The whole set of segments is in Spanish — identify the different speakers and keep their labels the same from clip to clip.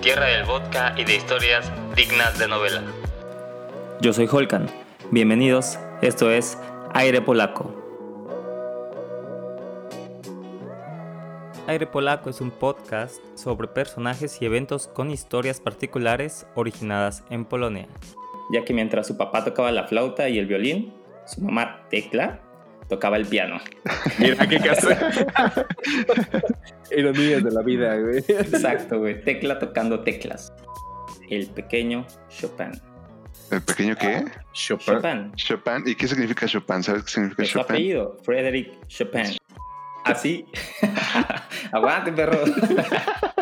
Speaker 1: tierra del vodka y de historias dignas de novela.
Speaker 2: Yo soy Holkan. Bienvenidos, esto es Aire Polaco. Aire Polaco es un podcast sobre personajes y eventos con historias particulares originadas en Polonia. Ya que mientras su papá tocaba la flauta y el violín, su mamá Tecla tocaba el piano.
Speaker 3: Mira qué caso.
Speaker 4: Ironías de la vida, güey.
Speaker 2: Exacto, güey. Tecla tocando teclas. El pequeño Chopin.
Speaker 3: ¿El pequeño qué?
Speaker 2: Ah. Chopin.
Speaker 3: Chopin. ¿Y qué significa Chopin? ¿Sabes qué significa
Speaker 2: Es su
Speaker 3: Chopin?
Speaker 2: apellido, Frederick Chopin. Así. Aguante, perro.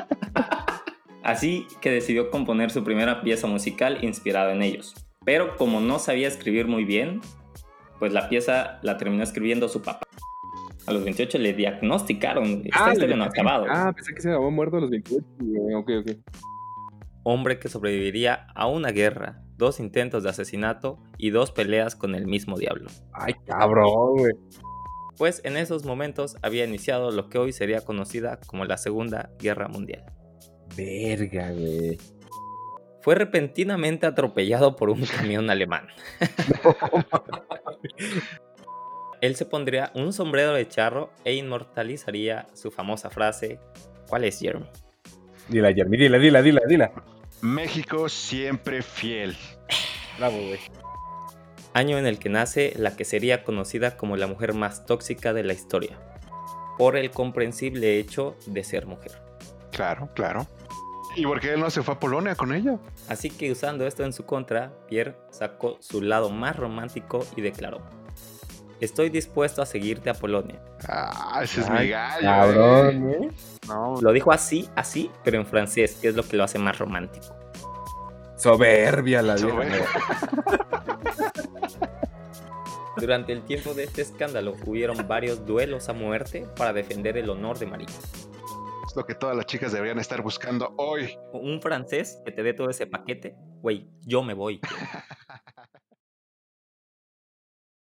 Speaker 2: Así que decidió componer su primera pieza musical inspirado en ellos. Pero como no sabía escribir muy bien, pues la pieza la terminó escribiendo su papá. A los 28 le diagnosticaron. Esta
Speaker 4: le-
Speaker 2: historia no ha este acabado.
Speaker 4: Ah, pensé que se había muerto a los 28, güey. Ok, ok.
Speaker 2: hombre que sobreviviría a una guerra, dos intentos de asesinato y dos peleas con el mismo diablo.
Speaker 4: Ay, cabrón, güey.
Speaker 2: Pues en esos momentos había iniciado lo que hoy sería conocida como la Segunda Guerra Mundial.
Speaker 4: Verga, güey.
Speaker 2: Fue repentinamente atropellado por un camión alemán. Él se pondría un sombrero de charro e inmortalizaría su famosa frase, ¿cuál es Jeremy?
Speaker 4: Dila, Jeremy, dila, dila, dila, dila.
Speaker 3: México siempre fiel.
Speaker 4: Bravo, güey.
Speaker 2: año en el que nace la que sería conocida como la mujer más tóxica de la historia, por el comprensible hecho de ser mujer.
Speaker 3: Claro, claro. ¿Y por qué él no se fue a Polonia con ella?
Speaker 2: Así que usando esto en su contra, Pierre sacó su lado más romántico y declaró, estoy dispuesto a seguirte a Polonia.
Speaker 3: Ah, ese es
Speaker 4: Ay,
Speaker 3: mi gallo.
Speaker 4: Cabrón, güey.
Speaker 3: güey. No,
Speaker 2: Lo dijo así, así, pero en francés, que es lo que lo hace más romántico.
Speaker 4: Soberbia la vieja,
Speaker 3: Soberbia.
Speaker 4: güey.
Speaker 2: Durante el tiempo de este escándalo hubieron varios duelos a muerte para defender el honor de María.
Speaker 3: es lo que todas las chicas deberían estar buscando hoy.
Speaker 2: Un francés que te dé todo ese paquete, güey, yo me voy.